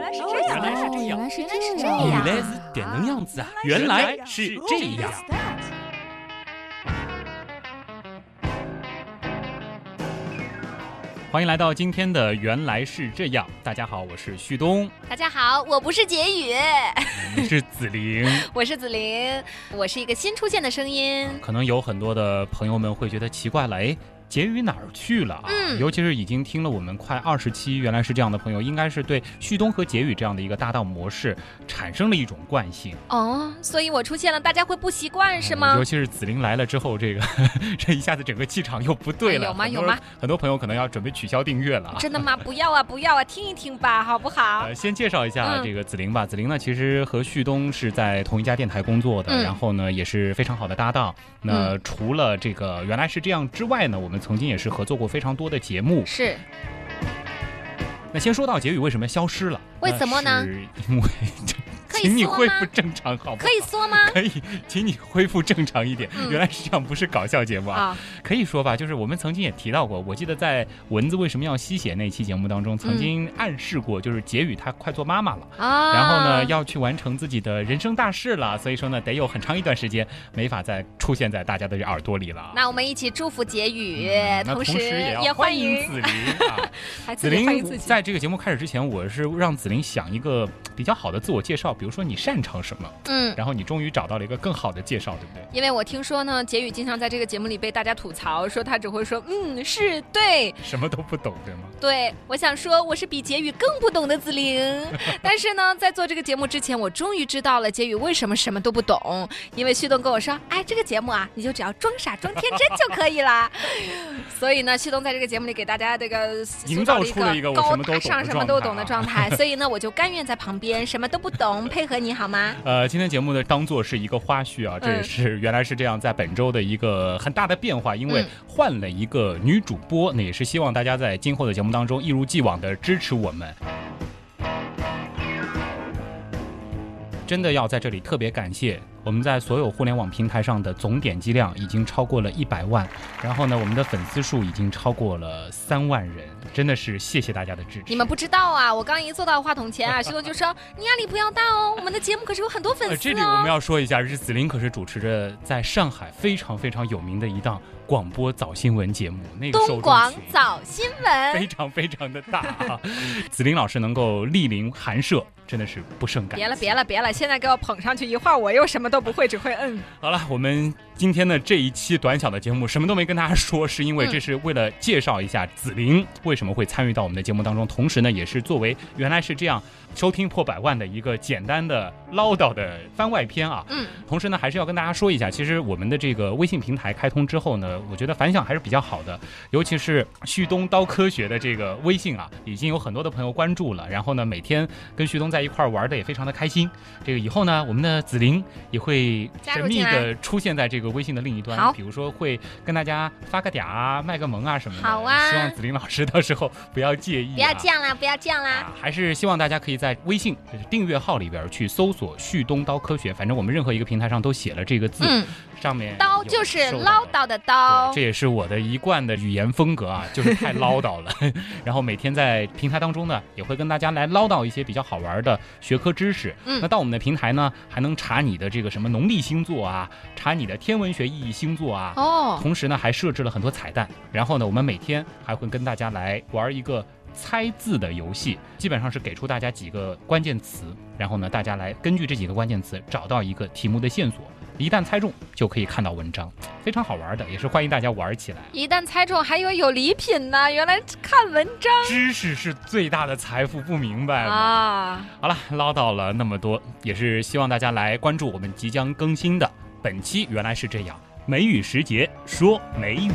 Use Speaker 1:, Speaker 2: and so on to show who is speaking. Speaker 1: 来是这样，
Speaker 2: 哦
Speaker 1: 啊
Speaker 2: 原来是这
Speaker 3: 原
Speaker 2: 样
Speaker 3: 来是
Speaker 1: 哦原来是这
Speaker 3: 这样，
Speaker 1: 样
Speaker 2: 原来是这能样子啊！
Speaker 1: 原
Speaker 2: 来是这样。哦欢迎来到今天的《原来是这样》，大家好，我是旭 东，
Speaker 1: 大家好，我不是杰宇，
Speaker 2: 你是紫菱。
Speaker 1: 我是紫菱，我是一个新出现的声音。
Speaker 2: 可能有很多的朋友们会觉得奇怪了，哎，婕妤哪儿去了啊？
Speaker 1: 嗯
Speaker 2: 尤其是已经听了我们快二十期《原来是这样》的朋友，应该是对旭东和婕妤这样的一个搭档模式产生了一种惯性，嗯
Speaker 1: 哦，所以我出现了，大家会不习惯是吗
Speaker 2: 尤？其是紫菱来了之后，这个 这一下子整个气场又不对
Speaker 1: 哎
Speaker 2: 了，
Speaker 1: 有吗
Speaker 2: 很多
Speaker 1: 有吗？
Speaker 2: 很多朋友可能要准备取消订阅了啊。
Speaker 1: 真的吗？不要啊，不要啊，听一听吧，好不好？
Speaker 2: 呃，先介绍一下
Speaker 1: 嗯
Speaker 2: 这个紫菱吧。紫菱呢，其实和旭东是在同一家电台工作的，
Speaker 1: 嗯
Speaker 2: 然后呢也是非常好的搭档。那除了这个原来是这样之外呢，我们曾经也是合作过非常多的节目。
Speaker 1: 是
Speaker 2: 那先说到结语为什么消失了？
Speaker 1: 为什么呢
Speaker 2: 那是因为
Speaker 1: 可以
Speaker 2: 请你
Speaker 1: 缩
Speaker 2: 恢
Speaker 1: 吗
Speaker 2: 复正常，好不
Speaker 1: 可
Speaker 2: 好？
Speaker 1: 以缩吗？
Speaker 2: 可以，请你恢复正常一点。
Speaker 1: 嗯
Speaker 2: 原来是这样，不是搞笑节目啊。
Speaker 1: 啊，
Speaker 2: 可以说吧，就是我们曾经也提到过，我记得在《蚊子为什么要吸血》那期节目当中，曾经暗示过，就是结语她快做妈妈了。
Speaker 1: 啊
Speaker 2: 然后呢，要去完成自己的人生大事了，所以说呢，得有很长一段时间没法再出现在大家的耳朵里了。
Speaker 1: 那我们一起祝福婕妤，
Speaker 2: 嗯那同
Speaker 1: 时
Speaker 2: 也要
Speaker 1: 欢
Speaker 2: 欢迎紫菱啊。
Speaker 1: 还
Speaker 2: 紫
Speaker 1: 自己欢迎自
Speaker 2: 菱
Speaker 1: 己。
Speaker 2: 在这个节目开始之前，我是让紫菱想一个比较好的自我介绍，比如说你擅长什么，
Speaker 1: 嗯，
Speaker 2: 然后你终于找到了一个更好的介绍，对不对？
Speaker 1: 因为我听说呢，婕妤经常在这个节目里被大家吐槽，说她只会说嗯是对
Speaker 2: 什么都不懂，对吗？
Speaker 1: 对。我想说，我是比婕妤更不懂的紫 菱。但是呢，在做这个节目之前，我终于知道了婕妤为什么什么都不懂。因为旭东跟我说，哎，这个节目啊，你就只要装傻装天真就可以 啦。所以呢，旭东在这个节目里给大家这个
Speaker 2: 营造
Speaker 1: 塑
Speaker 2: 出了一个我
Speaker 1: 高
Speaker 2: 什么都
Speaker 1: 大
Speaker 2: 懂
Speaker 1: 上
Speaker 2: 的
Speaker 1: 什么
Speaker 2: 状
Speaker 1: 都
Speaker 2: 态
Speaker 1: 懂的
Speaker 2: 啊
Speaker 1: 状态。所以呢，我就甘愿在旁边什么都不懂，配合你好吗？
Speaker 2: 呃，今天节目呢，当做是一个花絮啊，这也
Speaker 1: 嗯
Speaker 2: 是原来是这样，在本周的一个很大的变化，因为
Speaker 1: 嗯
Speaker 2: 换了一个女主播，那也是希望大家在今后的节目当中一如既往的支持我们。真的要在这里特别感谢我们在所有互联网平台上的总点击量已经超过了一百万，然后呢，我们的粉丝数已经超过了三万人，真的是谢谢大家的支持。
Speaker 1: 你们不知道啊，我刚一坐到话筒前啊，徐东就说：“你压力不要大哦，我们的节目可是有很多粉丝
Speaker 2: 呃，
Speaker 1: 哦。
Speaker 2: 这里我们要说一下，是紫菱可是主持着在上海非常非常有名的一档广播早新闻节目，那个
Speaker 1: 东
Speaker 2: 受众
Speaker 1: 广
Speaker 2: 群
Speaker 1: 早新
Speaker 2: 非
Speaker 1: 闻，
Speaker 2: 常非常的大、啊。 紫菱老师能够莅临寒舍，真的是不胜感
Speaker 1: 别了
Speaker 2: 激
Speaker 1: 别了别了，现在给我捧上去，一会儿我又什么都不会，只会嗯。
Speaker 2: 好了，我们今天的这一期短小的节目什么都没跟大家说，是因为
Speaker 1: 嗯
Speaker 2: 这是为了介绍一下紫菱为什么会参与到我们的节目当中，同时呢，也是作为原来是这样收听破百万的一个简单的唠叨的番外篇啊。
Speaker 1: 嗯，
Speaker 2: 同时呢，还是要跟大家说一下，其实我们的这个微信平台开通之后呢，我觉得反响还是比较好的，尤其是旭东刀科学的这个微信啊，已经有很多的朋友关注了，然后呢，每天跟旭东在一块儿玩的也非常的开心。这个以后呢，我们的紫菱也会
Speaker 1: 加入
Speaker 2: 神秘
Speaker 1: 进来
Speaker 2: 的出现在这个微信的另一端，
Speaker 1: 好
Speaker 2: 比如说会跟大家发个嗲啊、卖个萌啊什么的。
Speaker 1: 好啊
Speaker 2: 希望紫菱老师到时候不要介意、啊，
Speaker 1: 不要这样啦，不要这样啦。
Speaker 2: 啊，还是希望大家可以在微信就是订阅号里边去搜索“旭东刀科学”，反正我们任何一个平台上都写了这个字，
Speaker 1: 嗯，
Speaker 2: 上面
Speaker 1: 叨
Speaker 2: 有
Speaker 1: 就是
Speaker 2: 收到
Speaker 1: 唠
Speaker 2: 的。
Speaker 1: 叨的叨
Speaker 2: 对，这。也是我的一贯的语言风格啊，就是太唠叨了。 然后每天在平台当中呢，也会跟大家来唠叨一些比较好玩的学科知识。
Speaker 1: 嗯
Speaker 2: 那到我们的平台呢，还能查你的这个什么农历星座啊，查你的天文学意义星座啊，
Speaker 1: 哦，
Speaker 2: 同时呢，还设置了很多彩蛋。然后呢，我们每天还会跟大家来玩一个猜字的游戏，基本上是给出大家几个关键词，然后呢，大家来根据这几个关键词找到一个题目的线索，一旦猜中就可以看到文章，非常好玩的，也是欢迎大家玩起来。
Speaker 1: 一旦猜中还以为有礼品呢，原来看文章
Speaker 2: 知识是最大的财富，不明白吗？
Speaker 1: 啊。
Speaker 2: 好了，唠叨了那么多，也是希望大家来关注我们即将更新的本期。原来是这样，梅雨时节说梅雨。